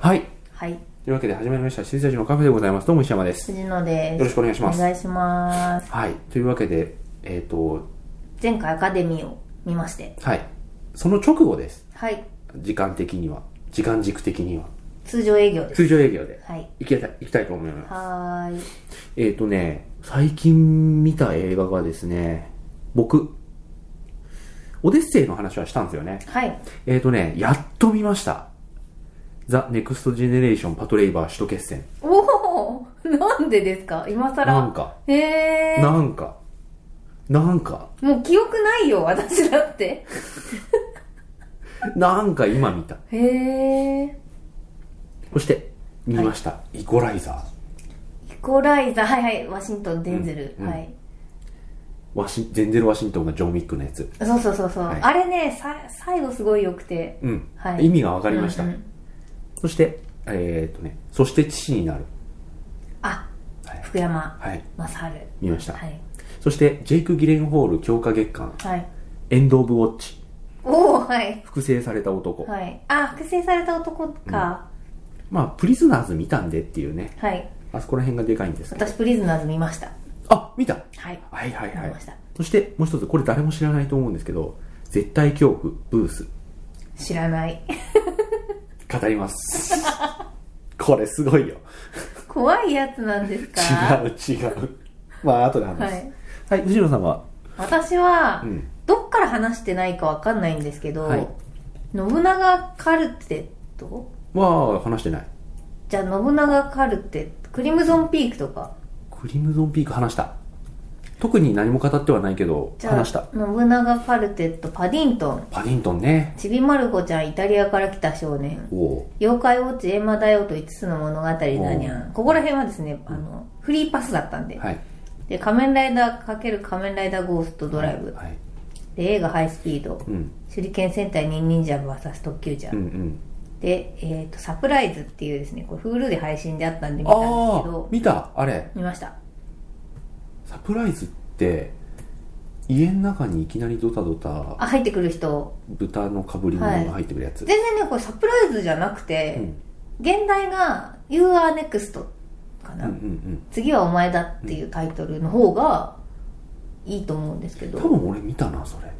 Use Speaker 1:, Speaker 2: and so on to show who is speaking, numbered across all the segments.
Speaker 1: はい。
Speaker 2: というわけで始まりました、新たちのカフェでございます。どうも石山です。
Speaker 1: 辻野です。
Speaker 2: よろしくお願いします
Speaker 1: お願いします。
Speaker 2: はい。というわけで、えっ、と、
Speaker 1: 前回アカデミーを見まして。
Speaker 2: はい。その直後です。
Speaker 1: はい。
Speaker 2: 時間的には。時間軸的には。
Speaker 1: 通常営業です。
Speaker 2: 通常営業で。
Speaker 1: はい。
Speaker 2: 行きたい、行きたいと思います。
Speaker 1: はーい。
Speaker 2: えっ、とね、最近見た映画がですね、僕、オデッセイの話はしたんですよね。
Speaker 1: はい。
Speaker 2: えっ、とね、やっと見ました。ザ・ネクスト・ジェネレーション・パトレイバー首都決戦。
Speaker 1: おおなんでですか今更。
Speaker 2: なんか、
Speaker 1: へー。
Speaker 2: なんか、なんか、
Speaker 1: もう記憶ないよ、私だって。
Speaker 2: なんか今見た。
Speaker 1: へー。イ
Speaker 2: そして、見ました、イコライザー。
Speaker 1: コライザー、はいはい。ワシントン、デンゼル。
Speaker 2: うんうん
Speaker 1: はい。
Speaker 2: ワシゼンゼル・ワシントンがジョン・ウィックのやつ。
Speaker 1: そうそうそうそう。
Speaker 2: はい
Speaker 1: あれね、さ、最後すごい良くて。
Speaker 2: うん。
Speaker 1: はい
Speaker 2: 意味がわかりました。
Speaker 1: うんうん
Speaker 2: そして、えーっとね、そして父になる。
Speaker 1: あ、
Speaker 2: はい
Speaker 1: 福山
Speaker 2: はい。
Speaker 1: 雅治。は
Speaker 2: 見ました。
Speaker 1: い。
Speaker 2: そして、ジェイク・ギレンホール強化月間、
Speaker 1: はい。
Speaker 2: エンド・オブ・ウォッチ、
Speaker 1: おおはい。
Speaker 2: 複製された男。
Speaker 1: はい。あ、複製された男か。
Speaker 2: まあ、プリズナーズ見たんでっていうね、
Speaker 1: はい。
Speaker 2: あそこら辺がでかいんですけど。
Speaker 1: 私、プリズナーズ見ました。
Speaker 2: あ、見た
Speaker 1: はい。
Speaker 2: はいはいは
Speaker 1: 見
Speaker 2: い
Speaker 1: ました。
Speaker 2: そして、もう一つ、これ誰も知らないと思うんですけど、絶対恐怖、ブース、
Speaker 1: 知らない。
Speaker 2: 語ります。これすごいよ。
Speaker 1: 怖いやつなんですか
Speaker 2: 違う違う。 まあ、後で話す。
Speaker 1: はい。
Speaker 2: はい、藤野さんは、
Speaker 1: 私は、
Speaker 2: うん
Speaker 1: どっから話してないかわかんないんですけど、
Speaker 2: はい
Speaker 1: 信長カルテット
Speaker 2: は話してない。
Speaker 1: じゃあ、信長カルテット、クリムゾンピークとか。
Speaker 2: クリムゾンピーク話した。特に何も語ってはないけど、
Speaker 1: じゃあ、
Speaker 2: 話した。
Speaker 1: 信長カルテット、パディントン、
Speaker 2: パディントンね。
Speaker 1: ちびまる子ちゃん、イタリアから来た少年。
Speaker 2: おお
Speaker 1: 妖怪ウォッチ、エマだよと5つの物語だにゃん。ここら辺はですね、あの、フリーパスだったんで
Speaker 2: ー。。はい。
Speaker 1: で、仮面ライダー×仮面ライダーゴーストドライブ。
Speaker 2: はい。
Speaker 1: で、映画ハイスピード。
Speaker 2: うん。
Speaker 1: 手裏剣戦隊ニンニンジャー VS 特急ジャ
Speaker 2: うんう
Speaker 1: ー。
Speaker 2: ん。
Speaker 1: で、えっ、と、サプライズっていうですね、これ Hulu で配信であったんで見
Speaker 2: あ
Speaker 1: たんですけ
Speaker 2: あ
Speaker 1: ど、
Speaker 2: 見たあれ。
Speaker 1: 見ました。
Speaker 2: サプライズって、家の中にいきなりドタドタ、
Speaker 1: あ、入ってくる人。
Speaker 2: 豚のかぶり物が入ってくるやつ。
Speaker 1: 全然ね、これサプライズじゃなくて、
Speaker 2: うん。
Speaker 1: 現代が You are next か
Speaker 2: うんう
Speaker 1: な、
Speaker 2: んうん。
Speaker 1: 次はお前だっていうタイトルの方がいいと思うんですけど。
Speaker 2: 多分俺見たな、それ。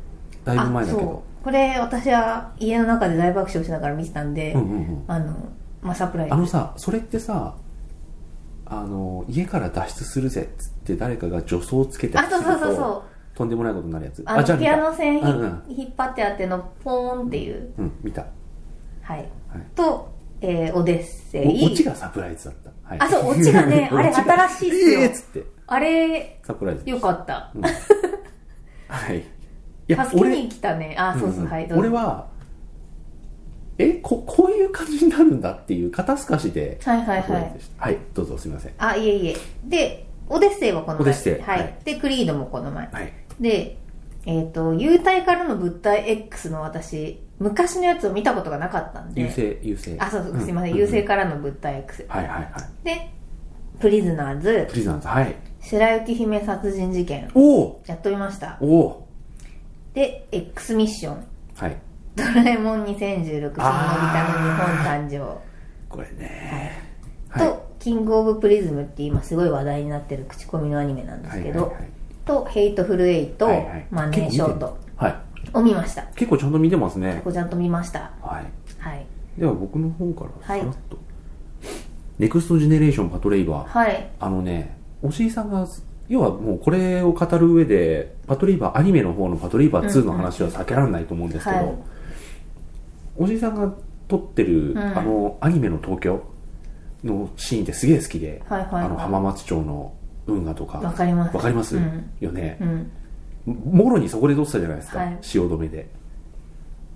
Speaker 2: だいぶ前だけ
Speaker 1: あそ
Speaker 2: ど。
Speaker 1: うこれ私は家の中で大爆笑しながら見てたんで、
Speaker 2: うんうんうん。
Speaker 1: あのまあサプライズ
Speaker 2: あのさ、それってさ、あの、家から脱出するぜっつって誰かが助走をつけて
Speaker 1: あそうそうそうそう
Speaker 2: とんでもないことになるやつ。
Speaker 1: あの
Speaker 2: 見
Speaker 1: ピ
Speaker 2: た
Speaker 1: アノ線ひ
Speaker 2: うんうん
Speaker 1: 引っ張ってあってのポーンっていう、
Speaker 2: うん、見た。
Speaker 1: はい、と、えーオデッセ
Speaker 2: お
Speaker 1: イ
Speaker 2: オチがサプライズだった。はい
Speaker 1: あそうオチ がねあれ
Speaker 2: オチが
Speaker 1: 新しいっすよ
Speaker 2: えーっつって。
Speaker 1: あれ
Speaker 2: サプライズ。
Speaker 1: よかった
Speaker 2: はい。い
Speaker 1: 助けに来たねあそうそう、
Speaker 2: うん
Speaker 1: はいどうぞ
Speaker 2: 俺は、え、こ、こういう感じになるんだっていう肩透かしで、
Speaker 1: はいはい
Speaker 2: サプ
Speaker 1: は
Speaker 2: ライズ
Speaker 1: い
Speaker 2: でした。はい、どうぞすみません。
Speaker 1: あいえいえでオデッセイはこの前
Speaker 2: オデッセイ
Speaker 1: はい、
Speaker 2: はい
Speaker 1: でクリードもこの前
Speaker 2: はい。
Speaker 1: でえっ、と幽体からの物体 X の私昔のやつを見たことがなかったんで
Speaker 2: 優勢、優勢。
Speaker 1: あ、そうそう、すいません。
Speaker 2: う
Speaker 1: 優勢からの物体 X。
Speaker 2: はいはいはい。
Speaker 1: で、プリズナーズ、
Speaker 2: プリズナーズ、はい。
Speaker 1: 白雪姫殺人事件、
Speaker 2: おお
Speaker 1: やっと見ました。
Speaker 2: おお
Speaker 1: で、X ミッション、
Speaker 2: はい。
Speaker 1: ドラえもん2016、新のび太の日本誕生、
Speaker 2: これね。
Speaker 1: と、キングオブプリズムって今すごい話題になってる口コミのアニメなんですけど、と、ヘイトフルエイト、
Speaker 2: はいはい
Speaker 1: 万年ショート。
Speaker 2: は
Speaker 1: を見ました。こ
Speaker 2: い。結構ちゃんと見てますね。
Speaker 1: こちゃんと見ました。
Speaker 2: はい。
Speaker 1: はい。
Speaker 2: では僕の方から、
Speaker 1: はい
Speaker 2: さらっと。ネクストジェネレーションパトレイバー。
Speaker 1: はい。
Speaker 2: あのね、おしいさんが、要はもうこれを語る上で、パトレイバー、アニメの方のパトレイバー2の話は避けられないと思うんですけど、
Speaker 1: はい
Speaker 2: おじいさんが撮ってる、
Speaker 1: ん
Speaker 2: あの、アニメの東京のシーンってすげえ好きで、
Speaker 1: はいはいはい
Speaker 2: あの、浜松町の運河とか。
Speaker 1: わかります
Speaker 2: わかります、
Speaker 1: うん
Speaker 2: よね。
Speaker 1: うん。
Speaker 2: もろにそこで撮ってたじゃないですか、
Speaker 1: はい
Speaker 2: 汐留で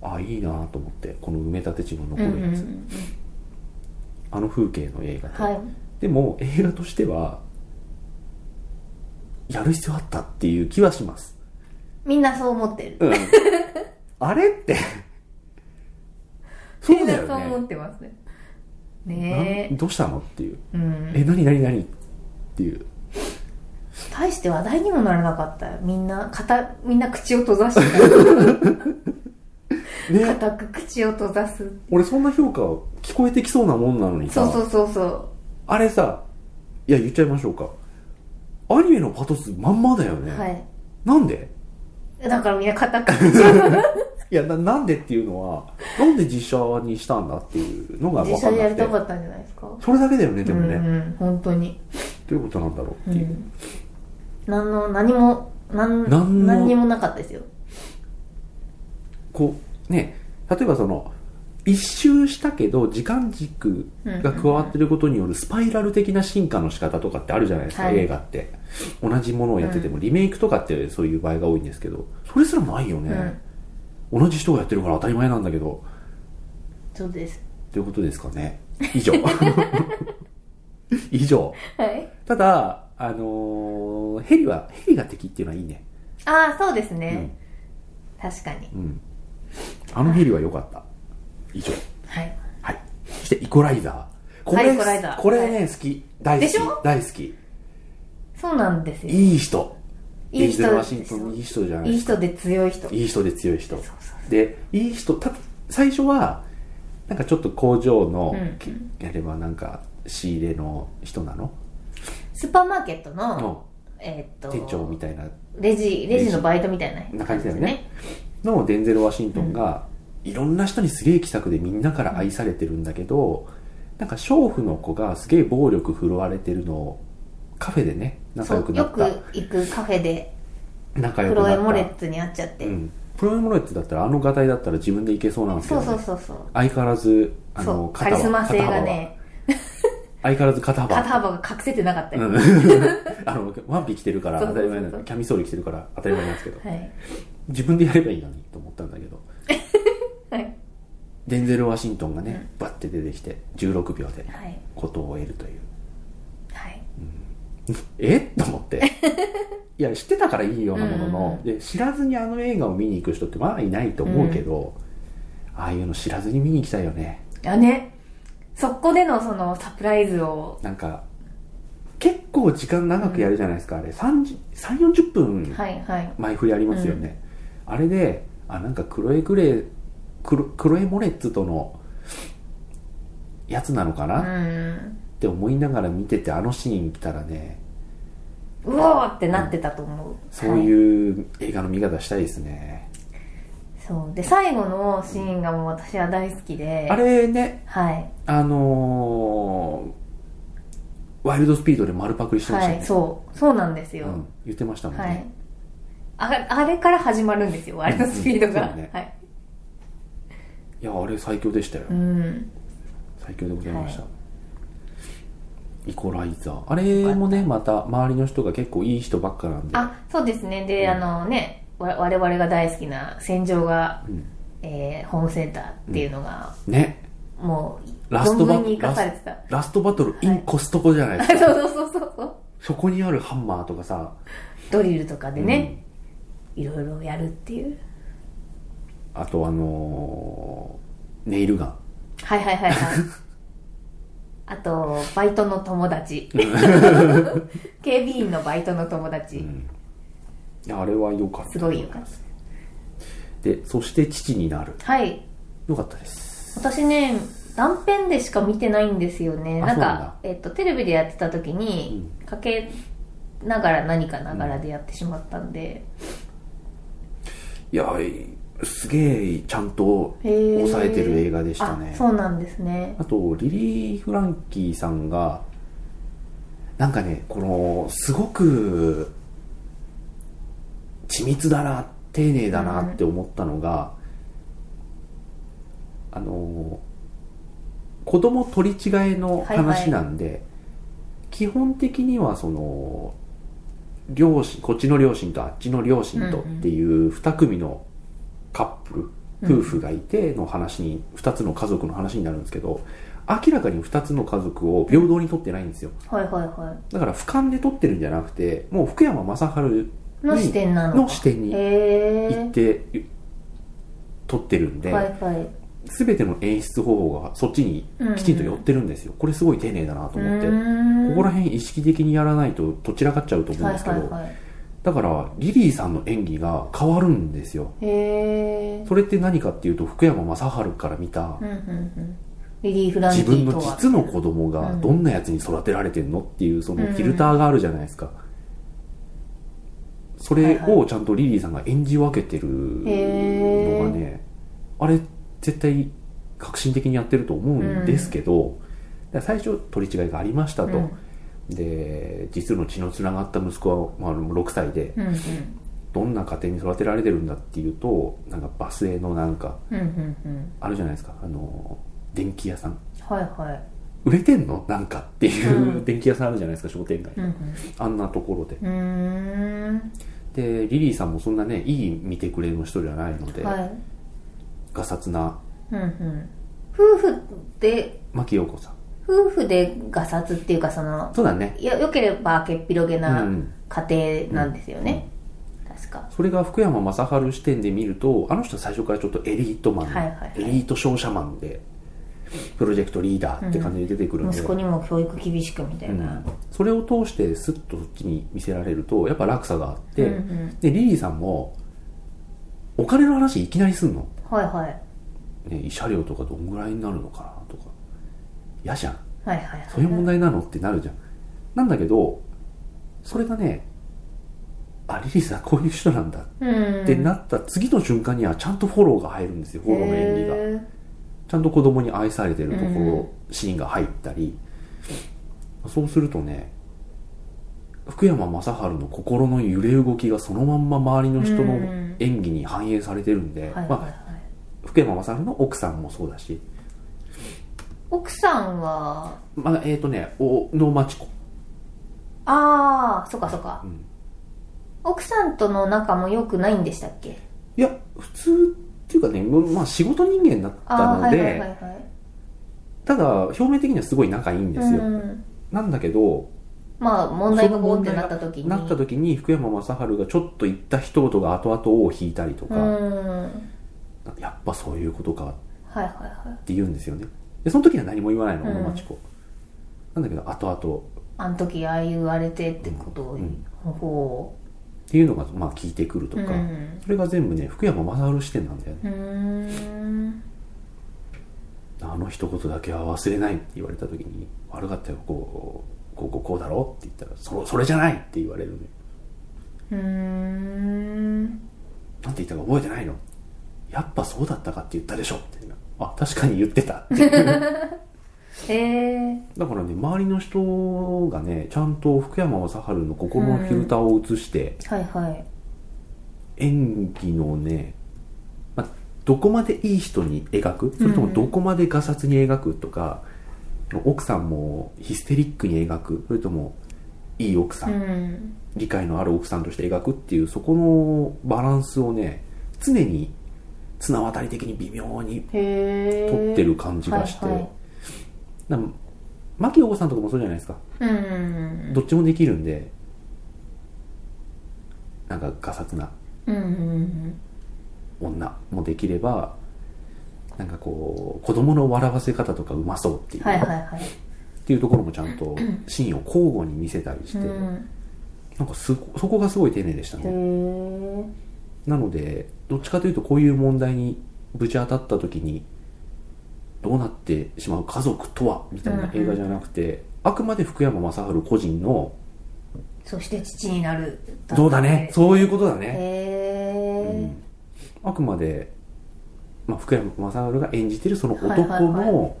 Speaker 2: ああいいなと思ってこの埋め立て地の
Speaker 1: うん
Speaker 2: 残
Speaker 1: うん
Speaker 2: る
Speaker 1: う
Speaker 2: や
Speaker 1: ん
Speaker 2: つ、
Speaker 1: うん。
Speaker 2: あの風景の映画で、
Speaker 1: はい。
Speaker 2: でも映画としてはやる必要あったっていう気はします、
Speaker 1: みんなそう思ってる。
Speaker 2: うん、あれってそうだよ
Speaker 1: みんなそう思っ
Speaker 2: ね
Speaker 1: てますね。ね
Speaker 2: なんどうしたのっていう
Speaker 1: え。うん。
Speaker 2: え何何何っていう
Speaker 1: 大して話題にもならなかったよみんな、片、みんな口を閉ざしてた。
Speaker 2: ね
Speaker 1: 固く口を閉ざす
Speaker 2: 俺そんな評価聞こえてきそうなもんなのに
Speaker 1: そ
Speaker 2: さ
Speaker 1: うそうそうそう
Speaker 2: あれさいや言っちゃいましょうかアニメのパトスまんまだよね、
Speaker 1: はい
Speaker 2: なんで
Speaker 1: だからみんな固く口を
Speaker 2: いやななんでっていうのはなんで実写にしたんだっていうのが分
Speaker 1: 実
Speaker 2: か
Speaker 1: 写
Speaker 2: ん
Speaker 1: でやり
Speaker 2: な
Speaker 1: た
Speaker 2: くて
Speaker 1: かったんじゃないですか
Speaker 2: それだけだよねでもね、
Speaker 1: うん
Speaker 2: ど
Speaker 1: うん、本当に、
Speaker 2: ういうことなんだろう
Speaker 1: う
Speaker 2: っていう、
Speaker 1: ん、何の何も何
Speaker 2: 何の
Speaker 1: 何にもなかったですよ
Speaker 2: こうね例えばその一周したけど時間軸が加わってることによるスパイラル的な進化の仕方とかってあるじゃないですか、
Speaker 1: はい
Speaker 2: 映画って同じものをやってても、リメイクとかってそういう場合が多いんですけどそれすらないよね、同じ人がやってるから当たり前なんだけど
Speaker 1: そうです
Speaker 2: ということですかね以 上以上
Speaker 1: はい
Speaker 2: ただあのーヘリはヘリが敵っていうのはいいね
Speaker 1: ああそうですね、確かに
Speaker 2: うんあのヘリは良かった以上
Speaker 1: はい
Speaker 2: はい。そして、イコライザー。これ、
Speaker 1: イコライザー
Speaker 2: これね、好き。大好
Speaker 1: でしょ
Speaker 2: き。大好き。
Speaker 1: そうなんですよ
Speaker 2: いい人。
Speaker 1: いい
Speaker 2: デンゼル
Speaker 1: 人
Speaker 2: ワシントン、いい人じゃない
Speaker 1: いい
Speaker 2: ですか。
Speaker 1: 人で強い人
Speaker 2: いい人で強い人
Speaker 1: そう。そう
Speaker 2: で、いい人、た最初は、なんかちょっと工場の
Speaker 1: うんうん、
Speaker 2: やればなんか、仕入れの人なの
Speaker 1: スーパーマーケットの、
Speaker 2: の
Speaker 1: えーっと
Speaker 2: 店長みたいな
Speaker 1: レジレジのバイトみたい
Speaker 2: な
Speaker 1: な
Speaker 2: 感
Speaker 1: 感
Speaker 2: じ
Speaker 1: じ
Speaker 2: だ
Speaker 1: で
Speaker 2: よ
Speaker 1: す
Speaker 2: ね
Speaker 1: ね。
Speaker 2: のデンゼル・ワシントンが、いろんな人にすげえ気さくでみんなから愛されてるんだけど、なんか、娼婦の子がすげえ暴力振るわれてるのを、カフェでね、仲
Speaker 1: そう
Speaker 2: 良くな
Speaker 1: よ
Speaker 2: っ
Speaker 1: く
Speaker 2: た。
Speaker 1: 行くカフェで
Speaker 2: 仲良
Speaker 1: ク
Speaker 2: く
Speaker 1: ロ
Speaker 2: な
Speaker 1: エ・
Speaker 2: った
Speaker 1: モレッツに会っちゃって、
Speaker 2: うん、プロエモレッツだったらあの画体だったら自分でいけそうなんですけ
Speaker 1: そ
Speaker 2: ど
Speaker 1: う
Speaker 2: ね、
Speaker 1: そうそうそう
Speaker 2: 相変わらずあ
Speaker 1: そ
Speaker 2: の
Speaker 1: うカリスマ性がね
Speaker 2: 相変わらず肩幅
Speaker 1: 肩幅が隠せてなかったり、
Speaker 2: うん あのワンピ着てるから
Speaker 1: そう
Speaker 2: 当
Speaker 1: そう
Speaker 2: た
Speaker 1: そ
Speaker 2: り
Speaker 1: う
Speaker 2: 前なんだキャミソール着てるから当たり前なんですけど
Speaker 1: はい
Speaker 2: 自分でやればいいのにと思ったんだけど
Speaker 1: はい、
Speaker 2: デンゼル・ワシントンがね、バッて出てきて16秒で
Speaker 1: はい
Speaker 2: 事を終えるという
Speaker 1: はい、
Speaker 2: えと思って いや知ってたからいいようなもの
Speaker 1: うんうん
Speaker 2: の
Speaker 1: う、ん
Speaker 2: で知らずにあの映画を見に行く人ってまあいないと思うけど、ああいうの知らずに見に行きたいよね
Speaker 1: あねそこでのそのサプライズを
Speaker 2: なんか結構時間長くやるじゃないですか、あれ3 4 0分
Speaker 1: はいはい
Speaker 2: 前振りありますよね、あれであなんかクロエグレークロクロエモレッツとのやつなのか
Speaker 1: う
Speaker 2: な、っ
Speaker 1: ん
Speaker 2: て思いながら見ててあのシーン来たらね
Speaker 1: うおーってなってたと思う、
Speaker 2: そう
Speaker 1: う、
Speaker 2: いう映画の見方したいですね、
Speaker 1: そうで最後のシーンがもう私は大好きで
Speaker 2: あれね
Speaker 1: はい
Speaker 2: あのーワイルドスピードで丸パクリしてました
Speaker 1: は
Speaker 2: ね、
Speaker 1: いそうそうなんですよ、
Speaker 2: うん、言ってましたもんね、
Speaker 1: はいああれから始まるんですよあれのスピード
Speaker 2: うん
Speaker 1: が、
Speaker 2: そうね
Speaker 1: はい
Speaker 2: いやあれ最強でしたよ、
Speaker 1: うん
Speaker 2: 最強でございました、イコライザーあれもねまた周りの人が結構いい人ばっかなんで
Speaker 1: あそうですねで、
Speaker 2: うん
Speaker 1: あのねわ我々が大好きな戦場が、
Speaker 2: うん
Speaker 1: えーホームセンターっていうのが、
Speaker 2: ね
Speaker 1: もう
Speaker 2: ラス
Speaker 1: 存
Speaker 2: トバ
Speaker 1: 分に生かされてた
Speaker 2: ラストバトルインコストコじゃないですか、
Speaker 1: そうそうそうそうそう
Speaker 2: そこにあるハンマーとかさ
Speaker 1: ドリルとかでね、いろいろやるっていう
Speaker 2: うんあとあのーネイルガン
Speaker 1: はいはいはいはい あとバイトの友 達警備員のバイトの友達、
Speaker 2: いやあれは良かった
Speaker 1: すごい良かっ
Speaker 2: でそして父になる
Speaker 1: はい
Speaker 2: 良かったです
Speaker 1: 私ね断片でしか見てないんですよね
Speaker 2: あ
Speaker 1: なん
Speaker 2: そう
Speaker 1: か
Speaker 2: なんだ
Speaker 1: えっと、テレビでやってた時に、かけながら何かながらでやってしまったんで、
Speaker 2: いやすげえちゃんと
Speaker 1: へー
Speaker 2: 抑えてる映画でしたね
Speaker 1: あそうなんですね
Speaker 2: あとリリー・フランキーさんがなんかねこのすごく緻密だな丁寧だなって思ったのが、あの子供取り違えの話なんで、基本的にはその両親こっちの両親とあっちの両親とっていう2組のカップル、夫婦がいての話に2つの家族の話になるんですけど明らかに2つの家族を平等に取ってないんですよ
Speaker 1: はいはいは
Speaker 2: だから俯瞰で取ってるんじゃなくてもう福山雅治
Speaker 1: いの視点なのか
Speaker 2: の視点に
Speaker 1: へ
Speaker 2: 行っ
Speaker 1: え
Speaker 2: て撮ってるんで、
Speaker 1: はいはい
Speaker 2: 全ての演出方法がそっちにきちんと寄ってるんですよ、これすごい丁寧だなと思って、
Speaker 1: うーん
Speaker 2: ここら辺意識的にやらないとどちらかっちゃうと思うんですけど、
Speaker 1: はいはいはい
Speaker 2: だからリリーさんの演技が変わるんですよ
Speaker 1: へえ
Speaker 2: それって何かっていうと福山雅治から見た
Speaker 1: うんうんうんリリー・フランキ
Speaker 2: 自
Speaker 1: ーとは
Speaker 2: 分の実の子供が
Speaker 1: うん
Speaker 2: どんなやつに育てられてんのっていうそのフィルターがあるじゃないですか、それをちゃんとリリーさんが演じ分けてるのがねあれ絶対革新的にやってると思うんですけど、だから最初取り違いがありましたと、で実の血のつながった息子は、まあ、6歳で
Speaker 1: うんうん
Speaker 2: どんな家庭に育てられてるんだっていうとなんかバスへのなんか
Speaker 1: うんうんうん
Speaker 2: あるじゃないですかあの電気屋さん
Speaker 1: はいはい
Speaker 2: 売れてんのなんかっていう、
Speaker 1: うん
Speaker 2: 電気屋さんあるじゃないですか商店街、
Speaker 1: うん
Speaker 2: あんなところで
Speaker 1: うんう
Speaker 2: でリリーさんもそんなねいい見てくれの人じゃないの
Speaker 1: ー
Speaker 2: で、
Speaker 1: んはい
Speaker 2: がさつな
Speaker 1: うんうん夫婦で
Speaker 2: 牧陽子さん
Speaker 1: 夫婦でがさつっていうかその
Speaker 2: そうだね
Speaker 1: よよければ明けっぴろげ
Speaker 2: う
Speaker 1: なん家庭なんですよね、確か
Speaker 2: それが福山雅治視点で見るとあの人は最初からちょっとエリートマン、
Speaker 1: はいはいはい
Speaker 2: エリート商社マンでプロジェクトリーダーって感じで出てくるんで、
Speaker 1: 息子にも教育厳しくみたいな、
Speaker 2: それを通してスッとそっちに見せられるとやっぱ落差があって、
Speaker 1: うんうん
Speaker 2: でリリーさんもお金の話いきなりすんの、
Speaker 1: はいはい
Speaker 2: ね、慰謝料とかどんぐらいになるのかなとか嫌じゃん
Speaker 1: はいはいはい
Speaker 2: そういう問題なのってなるじゃんなんだけどそれがねあリリーさんこういう人なんだ
Speaker 1: うん
Speaker 2: ってなった次の瞬間にはちゃんとフォローが入るんですよフォローの演技が
Speaker 1: へ
Speaker 2: ちゃんと子供に愛されてるところ、
Speaker 1: うん
Speaker 2: シーンが入ったりそうするとね福山雅治の心の揺れ動きがそのまんま周りの人
Speaker 1: う
Speaker 2: の
Speaker 1: ん
Speaker 2: 演技に反映されてるんで、
Speaker 1: ーはいはいは
Speaker 2: ま
Speaker 1: い
Speaker 2: あ、福山雅治の奥さんもそうだし、
Speaker 1: 奥さんは
Speaker 2: まあ、えっ、とねお能町子
Speaker 1: ああそっかそっか、
Speaker 2: うん
Speaker 1: 奥さんとの仲も良くないんでしたっけ
Speaker 2: いや普通っていうかね、まあ、仕事人間だった
Speaker 1: ああ
Speaker 2: の
Speaker 1: は
Speaker 2: で、
Speaker 1: いはいはいはい
Speaker 2: ただ表面的にはすごい仲いいんですよ、
Speaker 1: うん、
Speaker 2: なんだけど
Speaker 1: まあ問題がボーってなった時に
Speaker 2: なった時に福山雅治がちょっと言った一言が後々を引いたりと
Speaker 1: う
Speaker 2: か、
Speaker 1: ん
Speaker 2: やっぱそういうことか
Speaker 1: はいはいはい
Speaker 2: って言うんですよねでその時は何も言わないの
Speaker 1: うん
Speaker 2: 小野町子、なんだけど後
Speaker 1: あの時ああ言われてってことを、
Speaker 2: うん
Speaker 1: ほ
Speaker 2: 々っていうのがまあ聞いてくると
Speaker 1: う
Speaker 2: か、
Speaker 1: うん
Speaker 2: それが全部ね福山雅治視点なんだよね
Speaker 1: うーん
Speaker 2: あの一言だけは忘れないって言われた時に悪かったよこうこうこうこうだろって言ったらそそれじゃないって言われるのよ
Speaker 1: うーん
Speaker 2: なんて言ったか覚えてないのやっぱそうだったかって言ったでしょってあ確かに言ってた って
Speaker 1: えー、
Speaker 2: だからね周りの人がねちゃんと福山雅治の心のフィルターを映して、
Speaker 1: はいはい
Speaker 2: 演技のね、まあ、どこまでいい人に描くそれともどこまでがさつに描くとか、奥さんもヒステリックに描くそれともいい奥さ、
Speaker 1: うんん
Speaker 2: 理解のある奥さんとして描くっていうそこのバランスをね常に綱渡り的に微妙に
Speaker 1: へえ
Speaker 2: 取ってる感じがして、
Speaker 1: はいはい
Speaker 2: な牧陽子さんとかもそうじゃないですか
Speaker 1: うん
Speaker 2: どっちもできるんでなんかがさつな
Speaker 1: うんうん
Speaker 2: 女もできればなんかこう子供の笑わせ方とかうまそうっていう、
Speaker 1: はいはいはい
Speaker 2: っていうところもちゃん とシーンを交互に見せたりして、
Speaker 1: うん
Speaker 2: なんかすごそこがすごい丁寧でした
Speaker 1: へ
Speaker 2: ね
Speaker 1: え
Speaker 2: なのでどっちかというとこういう問題にぶち当たった時にどうなってしまう家族とはみたいな映画じゃなくて、あくまで福山雅治個人の
Speaker 1: そして父になる
Speaker 2: 「どうだねそういうことだね」う
Speaker 1: へえ
Speaker 2: んあくまで、まあ、福山雅治が演じてるその
Speaker 1: はい
Speaker 2: 男
Speaker 1: はいはい
Speaker 2: の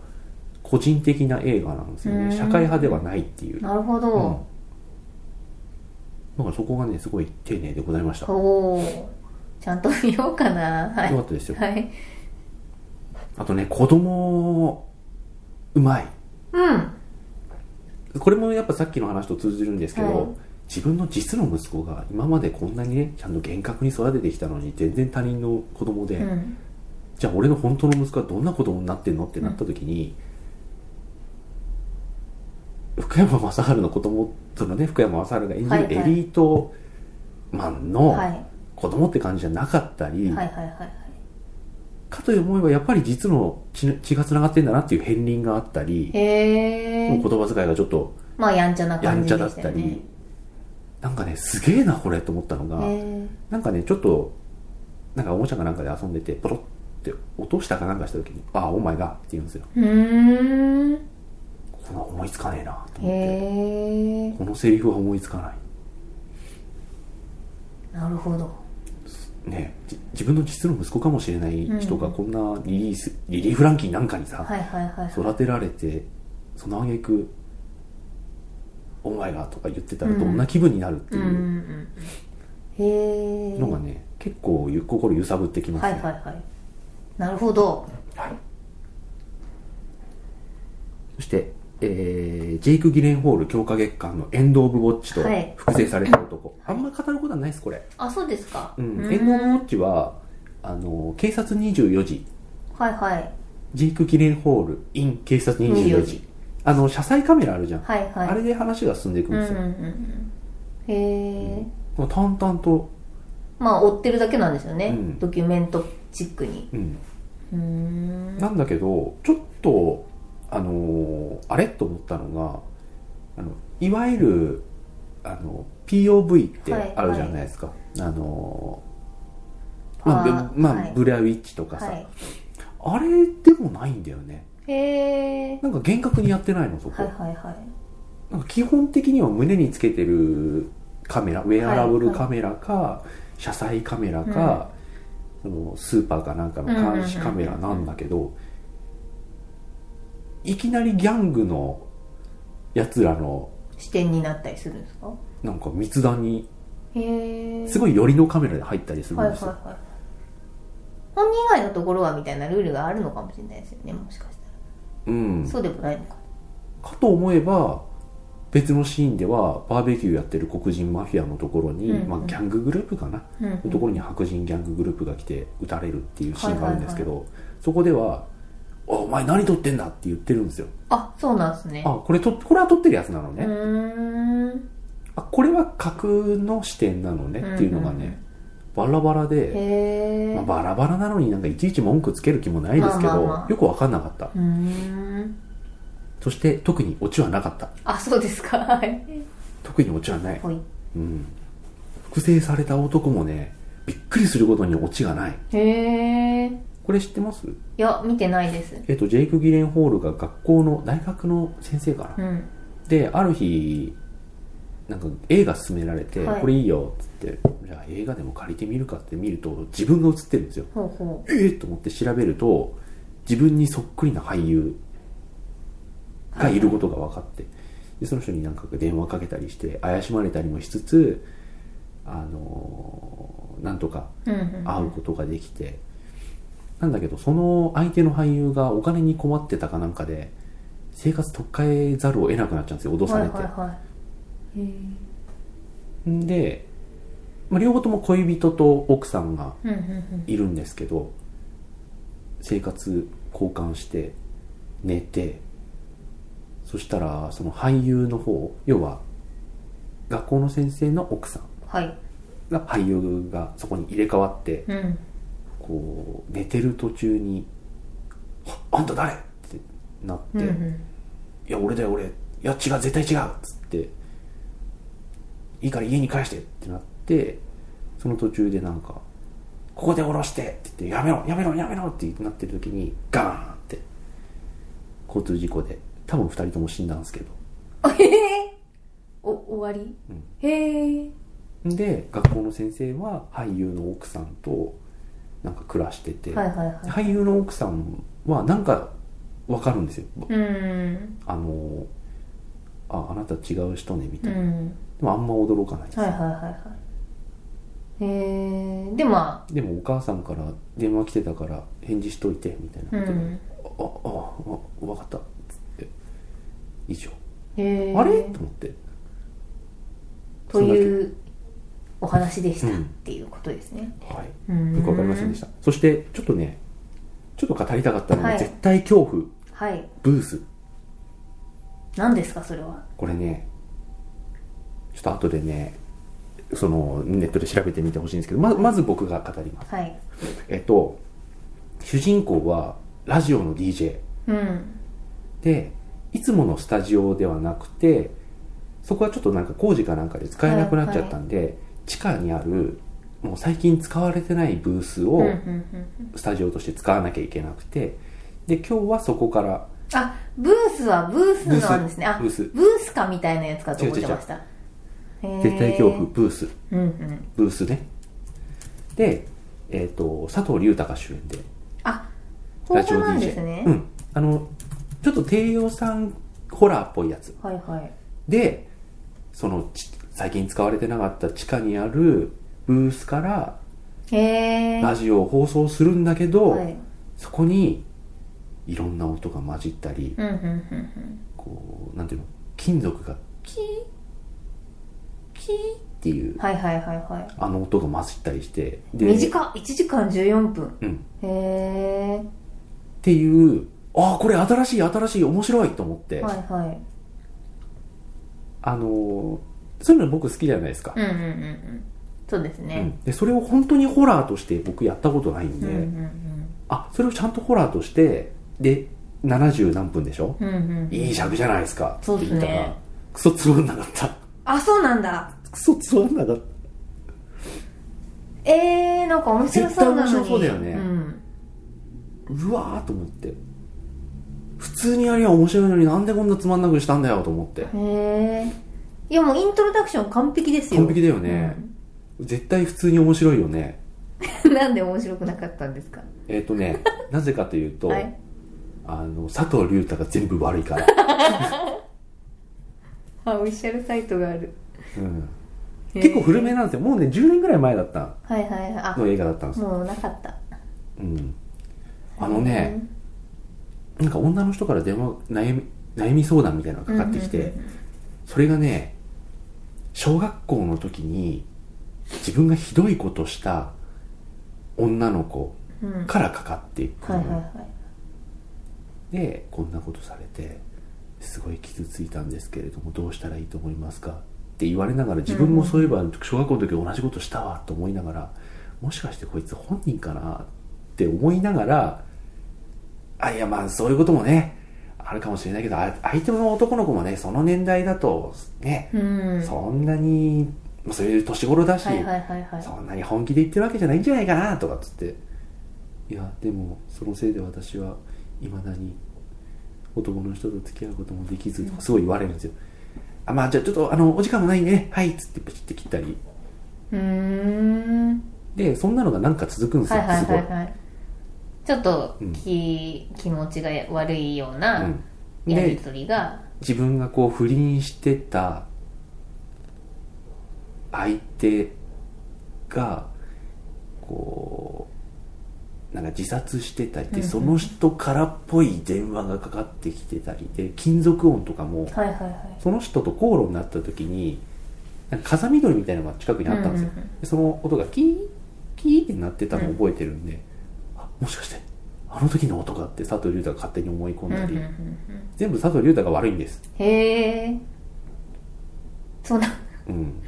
Speaker 2: 個人的な映画なんですよね、
Speaker 1: うん
Speaker 2: 社会派ではないっていう、
Speaker 1: なるほ
Speaker 2: うん
Speaker 1: ど
Speaker 2: だからそこがねすごい丁寧でございましたよ
Speaker 1: おおちゃんと見ようかなは
Speaker 2: か
Speaker 1: い
Speaker 2: ったですよ
Speaker 1: はい
Speaker 2: あとね子供うまい
Speaker 1: うん
Speaker 2: これもやっぱさっきの話と通じるんですけど、
Speaker 1: はい
Speaker 2: 自分の実の息子が今までこんなにねちゃんと厳格に育ててきたのに全然他人の子供で、
Speaker 1: うん
Speaker 2: じゃあ俺の本当の息子はどんな子供になってんのってなった時に、福山雅治の子供そのね福山雅治が演じ
Speaker 1: はいは
Speaker 2: る
Speaker 1: い
Speaker 2: エリートマン
Speaker 1: は
Speaker 2: の
Speaker 1: い
Speaker 2: 子供って感じじゃなかったり、
Speaker 1: はいはいはいはい
Speaker 2: かと思えばやっぱり実の血の血がつながってんだなっていう片鱗があったり
Speaker 1: へ
Speaker 2: 言
Speaker 1: え
Speaker 2: 葉遣いがちょっと
Speaker 1: まあやんちゃな
Speaker 2: や
Speaker 1: 感
Speaker 2: ん
Speaker 1: じ
Speaker 2: ちゃ
Speaker 1: で
Speaker 2: だっ
Speaker 1: した
Speaker 2: た
Speaker 1: よ
Speaker 2: り
Speaker 1: ね
Speaker 2: なんかねすげえなこれと思ったの
Speaker 1: え
Speaker 2: が、
Speaker 1: ー、
Speaker 2: なんかねちょっとなんかおもちゃかなんかで遊んでてポロって落としたかなんかした時に「ああお前が」って言うんですよ
Speaker 1: うーん
Speaker 2: こんな思いつかねえなと思って、
Speaker 1: へえ
Speaker 2: このセリフは思いつかない
Speaker 1: なるほど
Speaker 2: ねじ自分の実の息子かもしれない人がこんなリリース、リリー・フランキーなんかにさ、
Speaker 1: はいはいはいはい
Speaker 2: 育てられてその挙句お前が」とか言ってたらどんな気分になるって
Speaker 1: う
Speaker 2: い
Speaker 1: ん
Speaker 2: う
Speaker 1: うんうんへえ
Speaker 2: のがね、結構ゆ心揺さぶってきます
Speaker 1: は
Speaker 2: ね
Speaker 1: いはいはいなるほど
Speaker 2: はいそして、えージェイク・ギレンホール強化月間の「エンド・オブ・ウォッチ」と
Speaker 1: はい
Speaker 2: 複製された男、あんまり語ることはないですこれ、
Speaker 1: あそうですか
Speaker 2: うん
Speaker 1: う
Speaker 2: エンド・オブ・ウ
Speaker 1: ん
Speaker 2: ォッチはあの警察24時
Speaker 1: はいはい
Speaker 2: ジェイク・ギレンホール in 警察24時
Speaker 1: 24時
Speaker 2: あの車載カメラあるじゃん、
Speaker 1: はいはい
Speaker 2: あれで話が進んでいくん
Speaker 1: うん
Speaker 2: で
Speaker 1: う
Speaker 2: す
Speaker 1: ん
Speaker 2: よ、
Speaker 1: うんうんへえ
Speaker 2: もう淡々と、
Speaker 1: まあ追ってるだけなんですよね、
Speaker 2: うん
Speaker 1: ドキュメントチックに
Speaker 2: うん、
Speaker 1: うーん
Speaker 2: なんだけどちょっとあのーあれと思ったのがあのいわゆるあの POV って
Speaker 1: はい
Speaker 2: あるじゃないですか、あのー
Speaker 1: パワー
Speaker 2: まあ、ぶまあ
Speaker 1: はい
Speaker 2: ブレアウィッチとかさ、
Speaker 1: はい
Speaker 2: あれでもないんだよね
Speaker 1: へえ
Speaker 2: なんか厳格にやってないのそこ、
Speaker 1: はいはいはい
Speaker 2: なんか基本的には胸につけてるカメラウェアラブルカメラか、車載カメラか、そのスーパーかなんかの監視カメラなんだけど、いきなりギャングのやつらの
Speaker 1: 視点になったりするんですか
Speaker 2: なんか密談に
Speaker 1: へえ
Speaker 2: すごい寄りのカメラで入ったりする
Speaker 1: はい
Speaker 2: ん
Speaker 1: は
Speaker 2: で
Speaker 1: い
Speaker 2: すよ、
Speaker 1: はい本人以外のところはみたいなルールがあるのかもしれないですよねもしかした
Speaker 2: う
Speaker 1: ら、
Speaker 2: ん、
Speaker 1: そうでもないのか
Speaker 2: かと思えば別のシーンではバーベキューやってる黒人マフィアのところに、
Speaker 1: うんうん
Speaker 2: まあ、ギャンググループかな、
Speaker 1: うんうん
Speaker 2: のところに白人ギャンググループが来て撃たれるっていうシーンがあるんですけど、そこでは「おお前何撮ってんだ」って言ってるんですよ
Speaker 1: あそうなんですね
Speaker 2: あこれとこれは撮ってるやつなの
Speaker 1: う
Speaker 2: ね、
Speaker 1: ーん
Speaker 2: あこれは架空の視点なのねっていうのがね、バラバラで、
Speaker 1: へえ
Speaker 2: まあ、バラバラなのになんかいちいち文句つける気もないですけど、
Speaker 1: まあまあまあ
Speaker 2: よく分かんなかった
Speaker 1: うーん
Speaker 2: そして特にオチはなかった
Speaker 1: あそうですかはい
Speaker 2: 特にオチはない、
Speaker 1: ほい
Speaker 2: うん、複製された男もねびっくりすることにオチがない
Speaker 1: へえい
Speaker 2: これ知ってます
Speaker 1: や見てないです
Speaker 2: えっと、ジェイク・ギレンホールが学校の大学の先生かな、
Speaker 1: うん
Speaker 2: である日なんか映画勧められて、
Speaker 1: はい
Speaker 2: これいいよ」っつって「じゃあ映画でも借りてみるか」って見ると自分が映ってるんですよ
Speaker 1: ほうほ
Speaker 2: えっ、と思って調べると自分にそっくりな俳優がいることが分かってでその人になんか電話かけたりして怪しまれたりもしつつあのーなんとか
Speaker 1: ううんうん
Speaker 2: 会うことができて、なんだけどその相手の俳優がお金に困ってたかなんかで生活取っ替えざるを得なくなっちゃうんですよ脅されて、
Speaker 1: はいはいはいへ
Speaker 2: んで、まあ、両方とも恋人と奥さんが
Speaker 1: えうんうん
Speaker 2: いるんですけど生活交換して寝てそしたらその俳優の方要は学校の先生の奥さん
Speaker 1: うんはい
Speaker 2: が俳優がそこに入れ替わって
Speaker 1: うん
Speaker 2: こう寝てる途中に「はあんた誰?」ってなって「
Speaker 1: うんう
Speaker 2: い
Speaker 1: ん
Speaker 2: や俺だよ俺いや違う絶対違う」っつって「いいから家に返して」ってなってその途中でなんか「ここで降ろして」って言って「やめろやめろやめろ」ってなってる時にガーンって交通事故で多分2人とも死んだんですけど
Speaker 1: へえ お終わり、
Speaker 2: うん
Speaker 1: へえ
Speaker 2: で学校の先生は俳優の奥さんとなんか暮らしてて、
Speaker 1: はいはいはい
Speaker 2: 俳優の奥さんはなんかわかるんですよ
Speaker 1: うん
Speaker 2: あのああなた違う人ねみた
Speaker 1: う
Speaker 2: いな、で
Speaker 1: ん
Speaker 2: もあんま驚かないです、
Speaker 1: はいはいはいはいへえでま
Speaker 2: でもお母さんから電話来てたから返事しといてみたいな
Speaker 1: あう
Speaker 2: ことで、
Speaker 1: ん
Speaker 2: あああ分かったっつって以上、
Speaker 1: へえ
Speaker 2: あれと思って
Speaker 1: というお話でしたっていうことですね、
Speaker 2: はい
Speaker 1: うん、
Speaker 2: よくわかりませんでしたそしてちょっとねちょっと語りたかったのが、
Speaker 1: はい
Speaker 2: 絶対恐怖
Speaker 1: はい
Speaker 2: ブース
Speaker 1: 何ですかそれは
Speaker 2: これねちょっと後でねそのネットで調べてみてほしいんですけどままず僕が語ります
Speaker 1: はい
Speaker 2: えっと、主人公はラジオの DJ
Speaker 1: うん
Speaker 2: で、いつものスタジオではなくて、そこはちょっとなんか工事かなんかで使えなくなっちゃったんで、地下にあるもう最近使われてないブース
Speaker 1: うん
Speaker 2: を
Speaker 1: うんうん
Speaker 2: スタジオとして使わなきゃいけなくてで今日はそこから
Speaker 1: あブースはブース
Speaker 2: ブース
Speaker 1: なんですねあ
Speaker 2: ブース
Speaker 1: ブースかみたいなやつかと思ってました
Speaker 2: 絶対恐怖
Speaker 1: へ
Speaker 2: ブース
Speaker 1: ーうんうん
Speaker 2: ブースねで、えー、と佐藤隆太が主演で
Speaker 1: あ
Speaker 2: ラ
Speaker 1: 本
Speaker 2: ジ
Speaker 1: 当
Speaker 2: オ
Speaker 1: なんです
Speaker 2: DJ
Speaker 1: ね、
Speaker 2: うんあのちょっと低予算ホラーっぽいやつ
Speaker 1: はいはい
Speaker 2: でそのち最近使われてなかった地下にあるブースから
Speaker 1: へえ
Speaker 2: ラジオを放送するんだけど、
Speaker 1: はい
Speaker 2: そこにいろんな音が混じったり、
Speaker 1: うんうんうんうん
Speaker 2: こうなんていうの金属がキーキーっていう、
Speaker 1: はいはいはいは
Speaker 2: あの音が混じったりして
Speaker 1: い
Speaker 2: で
Speaker 1: 短い1時間14分
Speaker 2: うん、
Speaker 1: へえ
Speaker 2: っていうああこれ新しい新しい面白いと思って、
Speaker 1: はいはい
Speaker 2: あのーそういうの僕好きじゃないですか、
Speaker 1: うんうんうんうんそうです
Speaker 2: う
Speaker 1: ね、
Speaker 2: んでそれを本当にホラーとして僕やったことないん
Speaker 1: う
Speaker 2: で、
Speaker 1: ん、うん
Speaker 2: あそれをちゃんとホラーとしてで70何分でしょ、
Speaker 1: うんうんうんうん
Speaker 2: いい尺じゃないですか
Speaker 1: そう
Speaker 2: って言
Speaker 1: です
Speaker 2: ったら、
Speaker 1: ね
Speaker 2: クソつまんなかった
Speaker 1: あそうなんだ
Speaker 2: クソつまんなかった
Speaker 1: えー、なんか面白そうなのに
Speaker 2: 絶対面白そうだよね
Speaker 1: ん、
Speaker 2: うわーと思って普通にやりゃ面白いのになんでこんなつまんなくしたんだよと思って
Speaker 1: へえいやもうイントロダクション完璧ですよ
Speaker 2: 完璧だよね、絶対普通に面白いよね
Speaker 1: うん なんで面白くなかったんですか
Speaker 2: えっ、とね なぜかというと、
Speaker 1: はい
Speaker 2: あの佐藤隆太が全部悪い から、
Speaker 1: あオフィシャルサイトがある
Speaker 2: うん、結構古め
Speaker 1: な
Speaker 2: なんですよもうね10年ぐらい前だった
Speaker 1: はいはいはいあ
Speaker 2: の映画だったんですよ、
Speaker 1: もうなかった
Speaker 2: うん、あのね、なんか女の人から電話悩み悩み相談みたいなのがかかってきて、
Speaker 1: うんうんうん
Speaker 2: それがね小学校の時に自分がひどいことした女の子
Speaker 1: うん、うん
Speaker 2: からかかってく
Speaker 1: はい
Speaker 2: る
Speaker 1: はい
Speaker 2: の、
Speaker 1: はい
Speaker 2: でこんなことされてすごい傷ついたんですけれどもどうしたらいいと思いますかって言われながら自分もそういえば小学校の時同じことしたわと思いながらもしかしてこいつ本人かなって思いながらあいやまあそういうこともねあるかもしれないけどあ相手の男の子もねその年代だとね、
Speaker 1: うん
Speaker 2: そんなにまあそういう年頃だし、
Speaker 1: はいはいはいはい
Speaker 2: そんなに本気で言ってるわけじゃないんじゃないかなとかっつっていやでもそのせいで私はいまだに男の人と付き合うこともできずとかすごい言われるんですよ、あまあじゃあちょっとあのお時間もないんでねはいっつってプチって切ったり
Speaker 1: うーん
Speaker 2: でそんなのがなんか続くんです
Speaker 1: はい
Speaker 2: よ、
Speaker 1: はい
Speaker 2: すごい
Speaker 1: はい、はいちょっと
Speaker 2: うん
Speaker 1: 気,、気持ちが悪いよう
Speaker 2: う
Speaker 1: なん
Speaker 2: で
Speaker 1: やりとりが、
Speaker 2: 自分がこう不倫してた相手がこうなんか自殺してたり
Speaker 1: うん
Speaker 2: で
Speaker 1: うん
Speaker 2: その人からっぽい電話がかかってきてたりで金属音とかも
Speaker 1: はいはいはい
Speaker 2: その人と口論になった時になんか風見鶏みたいなのが近くにあったんですよ、
Speaker 1: うんうんうん
Speaker 2: でその音がキーキーってなってたのを覚えてるんで、あもしかしてあの時の音かって佐藤隆太が勝手に思い込ん
Speaker 1: うんうん
Speaker 2: だ
Speaker 1: うん
Speaker 2: り、
Speaker 1: うん
Speaker 2: 全部佐藤隆太が悪いんです
Speaker 1: へえそうな
Speaker 2: うん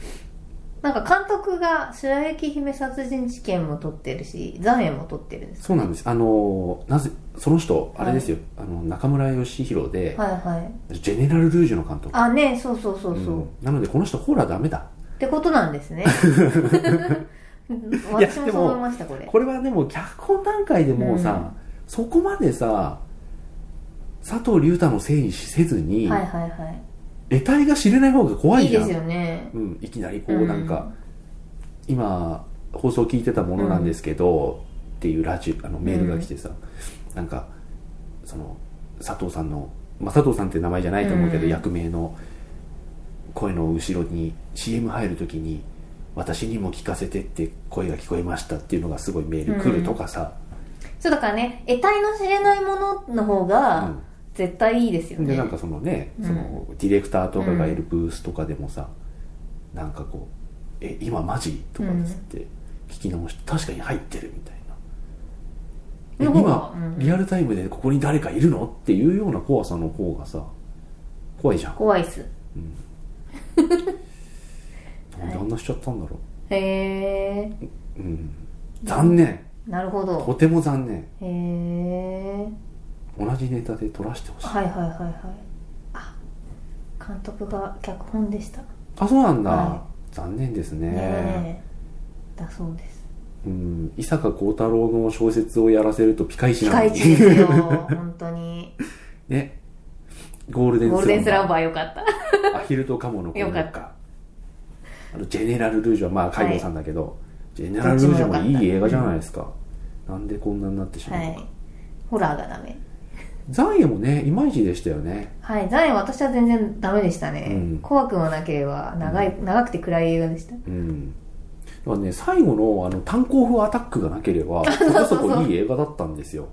Speaker 1: なんか監督が白雪姫殺人事件も撮ってるし残影も撮ってるんです
Speaker 2: そうなんです。あのなぜその人
Speaker 1: は
Speaker 2: あ
Speaker 1: い
Speaker 2: れですよ。あの中村義弘で、
Speaker 1: はいはい
Speaker 2: ジェネラルルージュの監督。
Speaker 1: あねそうそうそうそう、
Speaker 2: うんなのでこの人ホラーダメだ。
Speaker 1: ってことなんで すね
Speaker 2: いや
Speaker 1: 私も
Speaker 2: で
Speaker 1: そう
Speaker 2: も
Speaker 1: 思いましたこれ
Speaker 2: これはでも脚本段階でもうさ、そこまでさ佐藤隆太のせいにせずに、
Speaker 1: はいはいはい
Speaker 2: 得体が知れない方が怖い
Speaker 1: いい
Speaker 2: じゃ
Speaker 1: で
Speaker 2: ん。
Speaker 1: すよね
Speaker 2: うん、いきなりこうなんか、今放送聞いてたものなんですけど、っていうラジオあのメールが来てさ、なんかその佐藤さんの、まあ、佐藤さんって名前じゃないと思うけど、
Speaker 1: うん
Speaker 2: 役名の声の後ろに CM 入る時に「私にも聞かせて」って声が聞こえましたっていうのがすごいメール来るとかさ、
Speaker 1: そうだからね得体の知れないものの方
Speaker 2: う
Speaker 1: が
Speaker 2: ん
Speaker 1: 絶対いいですよね、
Speaker 2: でなんかそのね、
Speaker 1: うん
Speaker 2: そのディレクターとかがいるブースとかでもさ、なんかこう「え今マジ?」とかっつって聞き直して、確かに入ってるみたいな。え
Speaker 1: の方が
Speaker 2: 今、
Speaker 1: うん
Speaker 2: リアルタイムでここに誰かいるのっていうような怖さの方がさ怖いじゃん、
Speaker 1: 怖いっす
Speaker 2: なんであんなしちゃったんだろ
Speaker 1: へえ
Speaker 2: う、うん、残念
Speaker 1: なるほ
Speaker 2: と
Speaker 1: ど
Speaker 2: ても残念
Speaker 1: へえ
Speaker 2: 同じネタで撮らせてほしい
Speaker 1: はいはいはいはいあ監督が脚本でしたね
Speaker 2: あそうなんだ、
Speaker 1: は
Speaker 2: 残念ですね、
Speaker 1: えだそうです
Speaker 2: うん伊坂幸太郎の小説をやらせるとピカイチ
Speaker 1: ピ
Speaker 2: な
Speaker 1: カ
Speaker 2: の
Speaker 1: イ
Speaker 2: に
Speaker 1: チです よ本当に
Speaker 2: ねゴールデン
Speaker 1: ゴールデンスラン
Speaker 2: バ
Speaker 1: バーよかった
Speaker 2: ーアヒルとカモの子
Speaker 1: よかった
Speaker 2: あのジェネラル・ルージュはまあ海洋さんだけど、ジェネラル・ルージュもいい映画じゃないですかなんでこんなになってしまう
Speaker 1: は
Speaker 2: の
Speaker 1: い
Speaker 2: か、
Speaker 1: ホラーがダメ
Speaker 2: 残影もねいまいちでしたよね
Speaker 1: はい残念私は全然ダメでしたね、
Speaker 2: うん
Speaker 1: 怖くもなければ長い、長くて暗い映画でした
Speaker 2: うんだからね最後のあの炭鉱風アタックがなければそこそこいい映画だったんですよ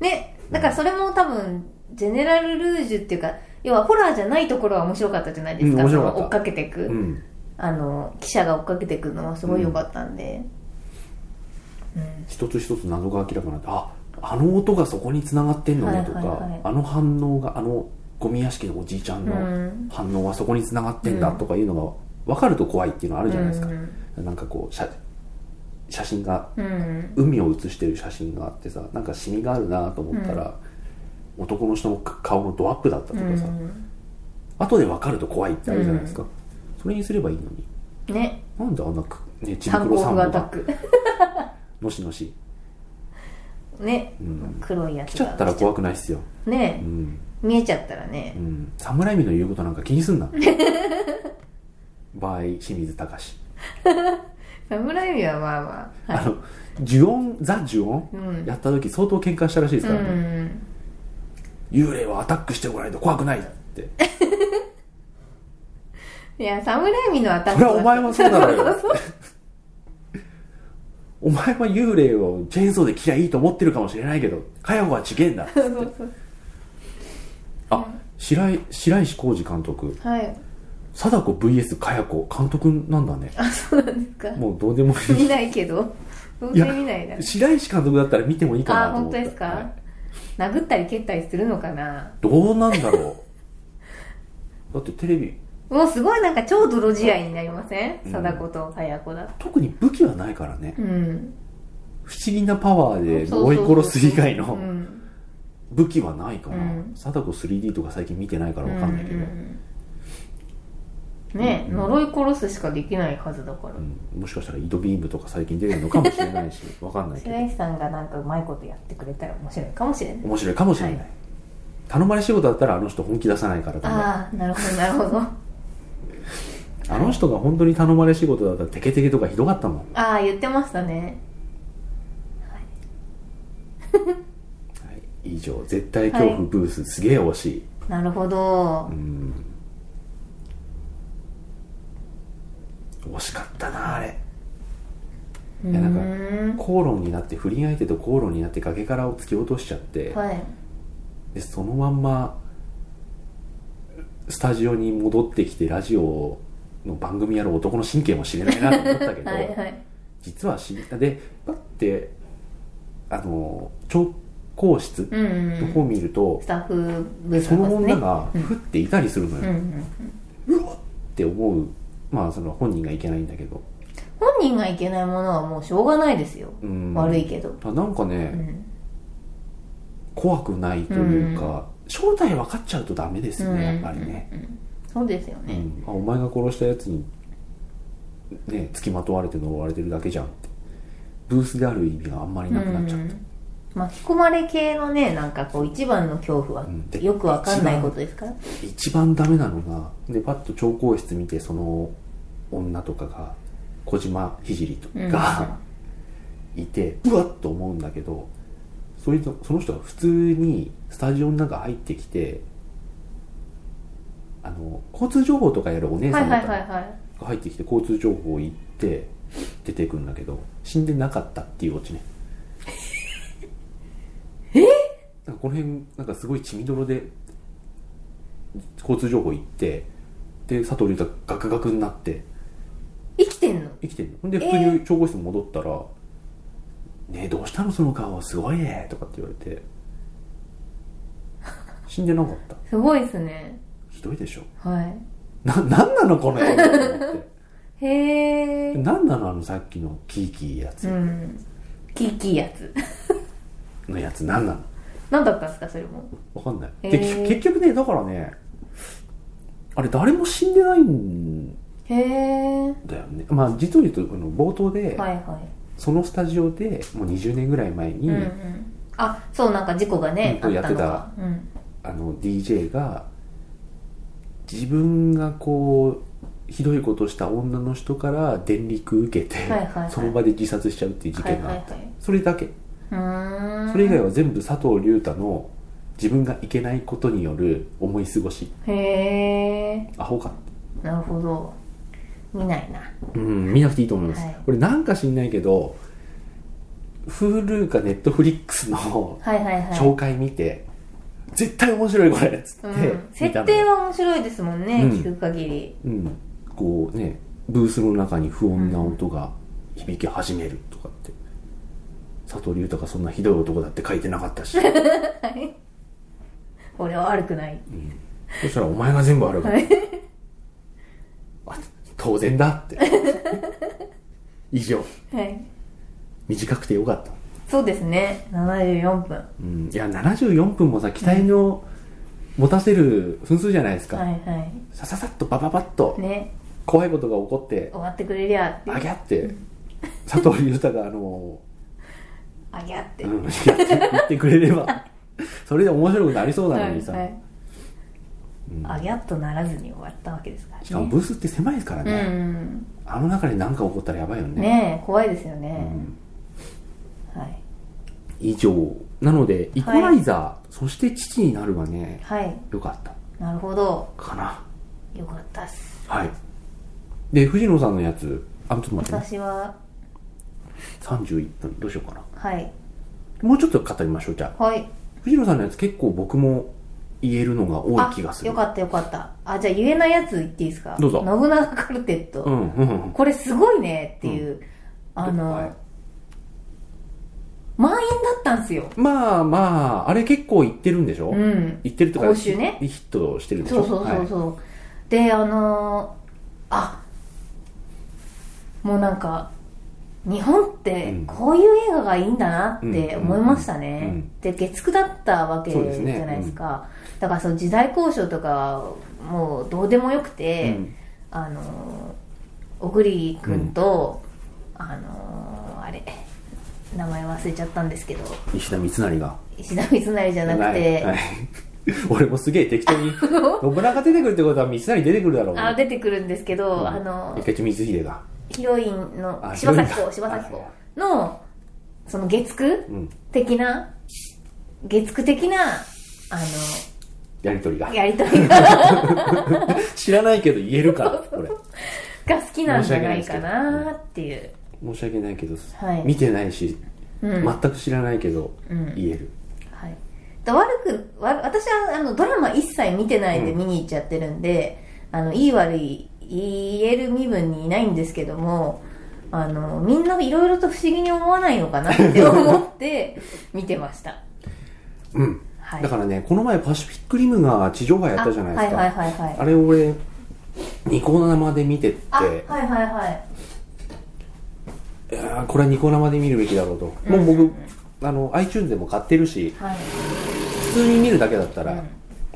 Speaker 1: ねだからそれも多分ジェネラル・ルージュっていうか要はホラーじゃないところは面白かったじゃないです
Speaker 2: う
Speaker 1: か,、
Speaker 2: ん面白かった
Speaker 1: 追っかけていく、
Speaker 2: うん
Speaker 1: あの記者が追っかけていくのはすごい良かったんで、うん
Speaker 2: 一つ一つ謎が明らかになってああの音がそこに繋がってんのねとか、
Speaker 1: はいはいはい
Speaker 2: あの反応があのゴミ屋敷のおじいちゃん
Speaker 1: う
Speaker 2: の
Speaker 1: ん
Speaker 2: 反応はそこに繋がってんだとかいうのが分かると怖いっていうのはあるじゃないですか、なんかこう写写真が
Speaker 1: うんうん
Speaker 2: 海を写してる写真があってさなんかシミがあるなと思ったら、男の人の顔のドアップだったと
Speaker 1: う
Speaker 2: かさ、
Speaker 1: ん
Speaker 2: 後で分かると怖いってあるじゃないですか、それにすればいいのに
Speaker 1: ね
Speaker 2: なんであんなく、ね、ちびく
Speaker 1: 炭
Speaker 2: ろ
Speaker 1: 鉱
Speaker 2: さん
Speaker 1: 風アタッ
Speaker 2: が
Speaker 1: ク
Speaker 2: のしのし、
Speaker 1: ね
Speaker 2: うん、
Speaker 1: 黒いやつ
Speaker 2: 来
Speaker 1: が
Speaker 2: ちゃったら怖くないっすよ、う
Speaker 1: ね
Speaker 2: ん
Speaker 1: 見えちゃったらね
Speaker 2: うん、侍海の言うことなんか気にすんな場合清水隆、
Speaker 1: 侍海はまあまあ、は
Speaker 2: あの呪音ザ呪音、
Speaker 1: い、うん
Speaker 2: やった時相当喧嘩したらしいです
Speaker 1: う
Speaker 2: からね、
Speaker 1: ん
Speaker 2: 幽霊はアタックしてこないと怖くないって
Speaker 1: いや侍海のアタッ
Speaker 2: そ
Speaker 1: ク
Speaker 2: れ はお前もそうだろう よお前は幽霊をチェーンソーで切りゃいいと思ってるかもしれないけどかやほは違えんだ
Speaker 1: そうそうそう
Speaker 2: あ白井白石浩二監督
Speaker 1: はい
Speaker 2: 貞子 VS かや子監督なんだね
Speaker 1: あそうなんですか
Speaker 2: もうどうでもい い
Speaker 1: 見ないけどどうせ見ないな
Speaker 2: 白石監督だったら見てもいいかな
Speaker 1: あ
Speaker 2: と思
Speaker 1: 本
Speaker 2: っ
Speaker 1: 当
Speaker 2: た
Speaker 1: ですか、
Speaker 2: はい
Speaker 1: 殴ったり蹴ったりするのかな
Speaker 2: どうなんだろうだってテレビ
Speaker 1: もうすごいなんか超泥仕合になりません
Speaker 2: うん
Speaker 1: 貞子と綾子だ
Speaker 2: 特に武器はないからね
Speaker 1: うん
Speaker 2: 不思議なパワーで
Speaker 1: そうそう
Speaker 2: 追い
Speaker 1: そうそう
Speaker 2: 殺す以外
Speaker 1: う
Speaker 2: の
Speaker 1: ん
Speaker 2: 武器はないから、
Speaker 1: うん
Speaker 2: 貞子 3D とか最近見てないから分かんないけど、
Speaker 1: う
Speaker 2: うん
Speaker 1: うんうんね、呪い殺すしかできないはずだから、
Speaker 2: んもしかしたら井戸ビームとか最近出るのかもしれ ないし分かんないけ
Speaker 1: 白
Speaker 2: ど
Speaker 1: 石さんがなんかうまいことやってくれたら面白いかもしれない
Speaker 2: 面白いかもしれない、
Speaker 1: は
Speaker 2: 頼まれ仕事だったらあの人本気出さないからダメ
Speaker 1: ああなるほどなるほ どあ
Speaker 2: あの人が本当に頼まれ仕事だったらテケテケとかひどかったもん
Speaker 1: あ言ってましたね
Speaker 2: 以上絶対恐怖ブース、すげえ惜しい
Speaker 1: なるほど
Speaker 2: うん惜しかったなあれ
Speaker 1: うー
Speaker 2: いやなんか
Speaker 1: ん
Speaker 2: 口論になって不倫相手と口論になって崖からを突き落としちゃって、
Speaker 1: はい
Speaker 2: でそのまんまスタジオに戻ってきてラジオの番組やる男の神経も知れないなと思ったけど
Speaker 1: はいはい
Speaker 2: 実は知ったでパッてあの調校室
Speaker 1: うんう
Speaker 2: の
Speaker 1: ん
Speaker 2: 方見ると
Speaker 1: ス、タッフブース
Speaker 2: そ
Speaker 1: の
Speaker 2: の
Speaker 1: 方ですね
Speaker 2: 女が降っていたりするのよ、
Speaker 1: うんう
Speaker 2: っ
Speaker 1: ん、
Speaker 2: て思うまあその本人がいけないんだけど
Speaker 1: 本人がいけないものはもうしょうがないですよ、
Speaker 2: うん
Speaker 1: 悪いけど、
Speaker 2: あなんかね、
Speaker 1: うん、
Speaker 2: 怖くないというか、正体分かっちゃうとダメですよね、やっぱりね、
Speaker 1: そうですよね、
Speaker 2: うんあお前が殺したやつにね付きまとわれて呪われてるだけじゃんってブースである意味があんまりなくなっちゃう、
Speaker 1: うん巻き込まれ系のねなんかこう一番の恐怖は
Speaker 2: んで
Speaker 1: よくわかんないことですから、
Speaker 2: 一番ダメなのがでパッと調校室見てその女とかが小島聖とが、いてうわっと思うんだけどそれとその人が普通にスタジオの中入ってきてあの交通情報とかやるお姉
Speaker 1: は
Speaker 2: さ
Speaker 1: い
Speaker 2: んだ
Speaker 1: は
Speaker 2: っ
Speaker 1: い
Speaker 2: た
Speaker 1: はい
Speaker 2: ら
Speaker 1: はい
Speaker 2: が入ってきて交通情報を言って出てくるんだけど死んでなかったっていうオチねえなんかこの辺なんかすごい血みどろで交通情報行ってで佐藤龍太ガクガクになって
Speaker 1: 生きてんの
Speaker 2: 生きてるのほんで普通に調合室に戻ったら「ねえどうしたのその顔すごいね」とかって言われて死んでなかった
Speaker 1: すごいですね
Speaker 2: ひどいでしょ
Speaker 1: は
Speaker 2: ななんなのこの映画と思って
Speaker 1: いへえ
Speaker 2: 何なのあのさっきのキーキーやつ
Speaker 1: うんキーキーやつ
Speaker 2: のやつ何なの
Speaker 1: 何だったんですかそれも
Speaker 2: わかんない、
Speaker 1: へー
Speaker 2: で結局ねだからねあれ誰も死んでないん
Speaker 1: へえ
Speaker 2: だよねまあ実を言うとあの冒頭で、
Speaker 1: はいはい
Speaker 2: そのスタジオでもう20年ぐらい前に、
Speaker 1: うんうんあそうなんか事故がね、
Speaker 2: うん
Speaker 1: あったのがうん
Speaker 2: あの DJ が自分がこうひどいことした女の人から電力受けて、
Speaker 1: はいはいはい
Speaker 2: その場で自殺しちゃうっていう事件があった、
Speaker 1: はいはいはい
Speaker 2: それだけ
Speaker 1: うーん
Speaker 2: それ以外は全部佐藤隆太の自分がいけないことによる思い過ごし
Speaker 1: へえ
Speaker 2: アホかって
Speaker 1: なるほど見ないな
Speaker 2: うん見なくていいと思います、
Speaker 1: はい
Speaker 2: これなんか知んないけど Hulu か Netflix の
Speaker 1: はいはいはい
Speaker 2: 紹介見て、絶対面白いこれっつって
Speaker 1: う
Speaker 2: 見
Speaker 1: ん、
Speaker 2: た
Speaker 1: 設
Speaker 2: の
Speaker 1: 定は面白いですもんね、
Speaker 2: うん
Speaker 1: 聞く限り
Speaker 2: うん、こうねブースの中に不穏な音が響き始めるとかって、佐藤隆太がそんなひどい男だって書いてなかった し
Speaker 1: 俺は悪くない
Speaker 2: そしたらお前が全部悪かった、あ当然だって以上
Speaker 1: はい
Speaker 2: 短くてよかった、
Speaker 1: そうですね74分
Speaker 2: うん、いや74分もさ期待の持たせる分数じゃないですか、
Speaker 1: はいは
Speaker 2: さささっとバババッと
Speaker 1: いね
Speaker 2: 怖いことが起こって
Speaker 1: 終わってくれりゃって
Speaker 2: あぎゃって佐藤隆太があの
Speaker 1: あぎゃって、
Speaker 2: うん、やって言ってくれればそれで面白いことありそうなのにさ、
Speaker 1: はいはい
Speaker 2: うん
Speaker 1: あぎゃっとならずに終わったわけですからね
Speaker 2: しかもブースって狭いですから
Speaker 1: う
Speaker 2: ね、
Speaker 1: ん
Speaker 2: あの中で何か起こったらやばいよね
Speaker 1: ねえ怖いですよ
Speaker 2: う
Speaker 1: ね、
Speaker 2: ん
Speaker 1: はい
Speaker 2: 以上なのでイコライザー、そして父になるはね
Speaker 1: はい
Speaker 2: よかった
Speaker 1: なるほど
Speaker 2: かな
Speaker 1: よかったっす
Speaker 2: はいで藤野さんのやつあちょっと待って、ね、
Speaker 1: 私は
Speaker 2: 31分どうしようかな
Speaker 1: はい
Speaker 2: もうちょっと語りましょうじゃあ
Speaker 1: はい
Speaker 2: 藤野さんのやつ結構僕も言えるのが多い気がする
Speaker 1: あよかったよかったあじゃあ言えないやつ言っていいですか
Speaker 2: どうぞ
Speaker 1: 信長カルテット、
Speaker 2: うんうんうん
Speaker 1: これすごいねっていう、あの、
Speaker 2: はい
Speaker 1: 満員だったんですよ
Speaker 2: まあまああれ結構言ってるんでしょ、
Speaker 1: うん
Speaker 2: 言ってるとか
Speaker 1: 講習ね
Speaker 2: ヒットしてるんでし
Speaker 1: そ
Speaker 2: ょ
Speaker 1: うそうそう
Speaker 2: はい
Speaker 1: そう、であのーあもうなんか日本って
Speaker 2: うん
Speaker 1: こういう映画がいいんだなって思いましたね、
Speaker 2: うんうんうん
Speaker 1: で月9だったわけじ
Speaker 2: そ
Speaker 1: ゃ
Speaker 2: うですね
Speaker 1: ないですかだからその時代交渉とかはもうどうでもよくて、
Speaker 2: うん
Speaker 1: あのー小栗君と、あのーあれ名前忘れちゃったんですけど
Speaker 2: 石田三成が
Speaker 1: 石田三成じゃなく
Speaker 2: は
Speaker 1: て、
Speaker 2: いはい 俺もすげえ適当 に信長出てくるってことは三成出てくるだろう
Speaker 1: あ出てくるんですけど、あの
Speaker 2: 一回光秀が
Speaker 1: ヒロインの
Speaker 2: あ
Speaker 1: 柴咲
Speaker 2: ヒロイン
Speaker 1: 子
Speaker 2: だ
Speaker 1: 柴咲子
Speaker 2: はい
Speaker 1: のその月9
Speaker 2: うん
Speaker 1: 的な月9的なあ
Speaker 2: やりとりが
Speaker 1: のやり取り が
Speaker 2: 知らないけど言える からこれ
Speaker 1: が好きなんじゃないかなっていう
Speaker 2: 申し訳ないけど、
Speaker 1: はい
Speaker 2: 見てないし、
Speaker 1: うん
Speaker 2: 全く知らないけど、言える
Speaker 1: はい、だ悪く悪私はあのドラマ一切見てないで見に行っちゃってるんで、あのいい悪い言える身分にいないんですけどもあのみんないろいろと不思議に思わないのかなって思って見てました、
Speaker 2: うん、
Speaker 1: はい、
Speaker 2: だからねこの前パシフィックリムが地上波やったじゃないですかあ,、
Speaker 1: あはいはいはいはい
Speaker 2: れ俺ニコ生で見てって
Speaker 1: あはいはいはい
Speaker 2: いやーこれはニコ生で見るべきだろうと、もう僕あの iTunes でも買ってるし
Speaker 1: はい
Speaker 2: 普通に見るだけだったら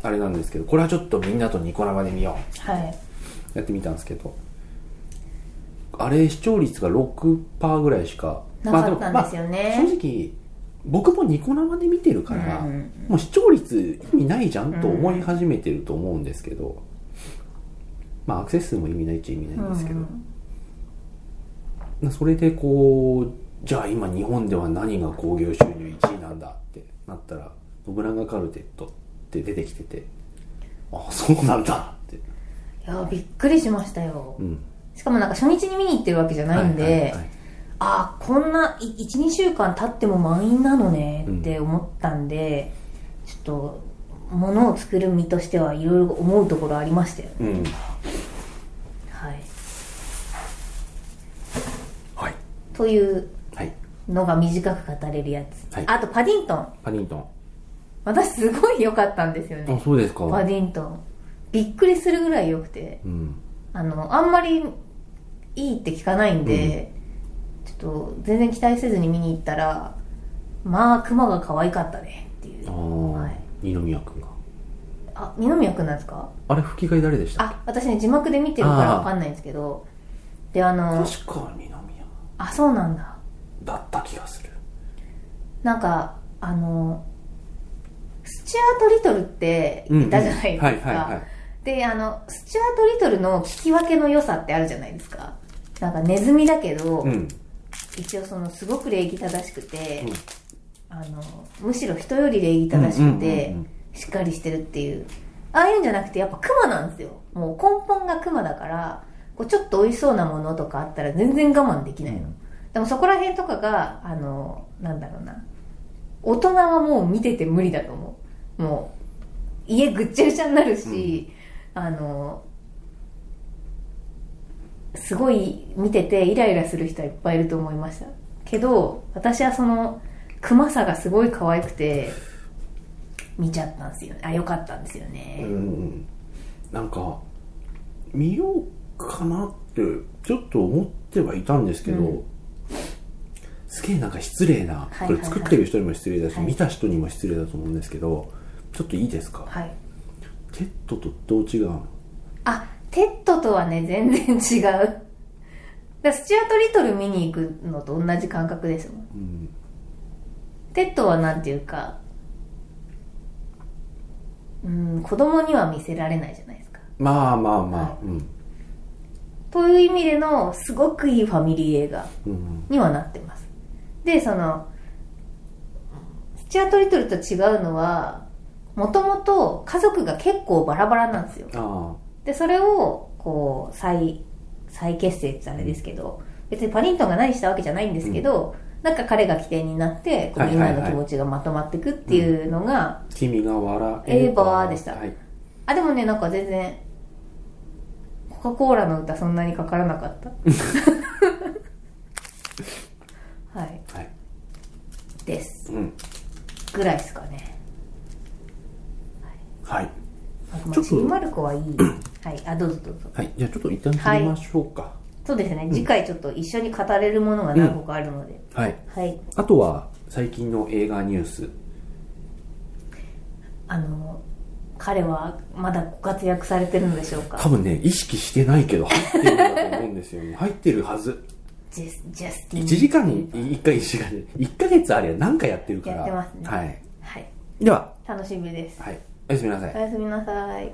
Speaker 2: あれなんですけどこれはちょっとみんなとニコ生で見よ
Speaker 1: はい、
Speaker 2: うやってみたんですけどあれ視聴率が6%ぐらいしか
Speaker 1: なかっ
Speaker 2: ま
Speaker 1: た
Speaker 2: あ
Speaker 1: ん
Speaker 2: も
Speaker 1: ですよね
Speaker 2: まあ正直僕もニコ生で見てるから、
Speaker 1: うんうん
Speaker 2: もう視聴率意味ないじゃんと思い始めてると思うんですけど、まあアクセス数も意味ないっちゃ意味ないんですけど、
Speaker 1: うん
Speaker 2: なそれでこうじゃあ今日本では何が興行収入1位なんだってなったら「信長カルテット」って出てきててあそうなんだって
Speaker 1: いやびっくりしましたよ
Speaker 2: うん
Speaker 1: しかもなんか初日に見に行ってるわけじゃないんで、
Speaker 2: はいはいはい
Speaker 1: ああこんな12週間経っても満員なのねって思ったんで、ちょっとものを作る身としてはいろいろ思うところありましたよね
Speaker 2: うん
Speaker 1: はい
Speaker 2: はい
Speaker 1: という
Speaker 2: はい
Speaker 1: のが短く語れるやつ、
Speaker 2: はい
Speaker 1: あとパディントン
Speaker 2: パディントン
Speaker 1: 私すごい良かったんですよね
Speaker 2: あそうですか
Speaker 1: パディントンびっくりするぐらい良くて
Speaker 2: うん
Speaker 1: あのあんまりいいって聞かないんで、ちょっと全然期待せずに見に行ったらまあクマが可愛かったねっていう
Speaker 2: ああ、
Speaker 1: はい
Speaker 2: 二宮君が
Speaker 1: ああ二宮君なんですか
Speaker 2: あれ吹き替え誰でした
Speaker 1: あ私ね字幕で見てるからわかんないんですけどであの
Speaker 2: 確か二宮
Speaker 1: あそうなんだ
Speaker 2: だった気がする
Speaker 1: なんかあのスチュアート・リトルって
Speaker 2: うんうん
Speaker 1: いたじゃないですか、
Speaker 2: はいはいはい
Speaker 1: であのスチュアート・リトルの聞き分けの良さってあるじゃないですかなんかネズミだけど、
Speaker 2: うん
Speaker 1: 一応そのすごく礼儀正しくて、
Speaker 2: うん
Speaker 1: あのむしろ人より礼儀正しくて、
Speaker 2: うんうんうんうん
Speaker 1: しっかりしてるっていうああいうんじゃなくてやっぱクマなんですよもう根本がクマだからこうちょっと美味しそうなものとかあったら全然我慢できないの、
Speaker 2: うん
Speaker 1: でもそこら辺とかがあのなんだろうな大人はもう見てて無理だと思うもう家ぐっちゃぐちゃになるし、あのすごい見ててイライラする人はいっぱいいると思いましたけど私はそのクマさがすごい可愛くて見ちゃったんですよねあ良かったんですよ
Speaker 2: う
Speaker 1: ね、
Speaker 2: んなんか見ようかなってちょっと思ってはいたんですけど、
Speaker 1: う
Speaker 2: すげえなんか失礼な、
Speaker 1: はい
Speaker 2: これ作ってる人にも失礼だし、
Speaker 1: はい
Speaker 2: 見た人にも失礼だと思うんですけどちょっといいですか、
Speaker 1: はい
Speaker 2: テッドとどう違うの
Speaker 1: あテッドとはね全然違うだからスチュアート・リトル見に行くのと同じ感覚ですもん
Speaker 2: うん
Speaker 1: テッドはなんていうかうん子供には見せられないじゃないですか
Speaker 2: まあまあまあ、うん
Speaker 1: という意味でのすごくいいファミリー映画
Speaker 2: うん
Speaker 1: にはなってますでそのスチュアート・リトルと違うのはもともと家族が結構バラバラなんですよ
Speaker 2: あ
Speaker 1: でそれをこう再再結成ってあれですけど別にパリントンが何したわけじゃないんですけど、なんか彼が起点になってこう
Speaker 2: はい
Speaker 1: みん
Speaker 2: はいは
Speaker 1: ないの気持ちがまとまっていくっていうのが、
Speaker 2: あ君が笑
Speaker 1: ええばでした
Speaker 2: はい、
Speaker 1: あでもねなんか全然コカ・コーラの歌そんなにかからな かったはい
Speaker 2: はい、
Speaker 1: です
Speaker 2: うん
Speaker 1: ぐらいですかね
Speaker 2: はい
Speaker 1: あまあ
Speaker 2: ちょっと
Speaker 1: ちびまる子は いいはいあどうぞどうぞ
Speaker 2: はいじゃあちょっと一旦切りましょうか
Speaker 1: そうですね次回ちょっと一緒に語れるものが何個かあるので、
Speaker 2: はい、
Speaker 1: はい
Speaker 2: あとは最近の映画ニュース
Speaker 1: あの彼はまだご活躍されてるのでしょうか
Speaker 2: 多分ね意識してないけど入ってるんだと思うんですよ ね入ってるはず
Speaker 1: ジェスジャスティン
Speaker 2: 1時間に1回1時間に1ヶ月あれ何回やってるから
Speaker 1: やってますね
Speaker 2: はい、
Speaker 1: はい
Speaker 2: では、
Speaker 1: 楽しみです
Speaker 2: はい、おやすみなさい
Speaker 1: おやすみなさい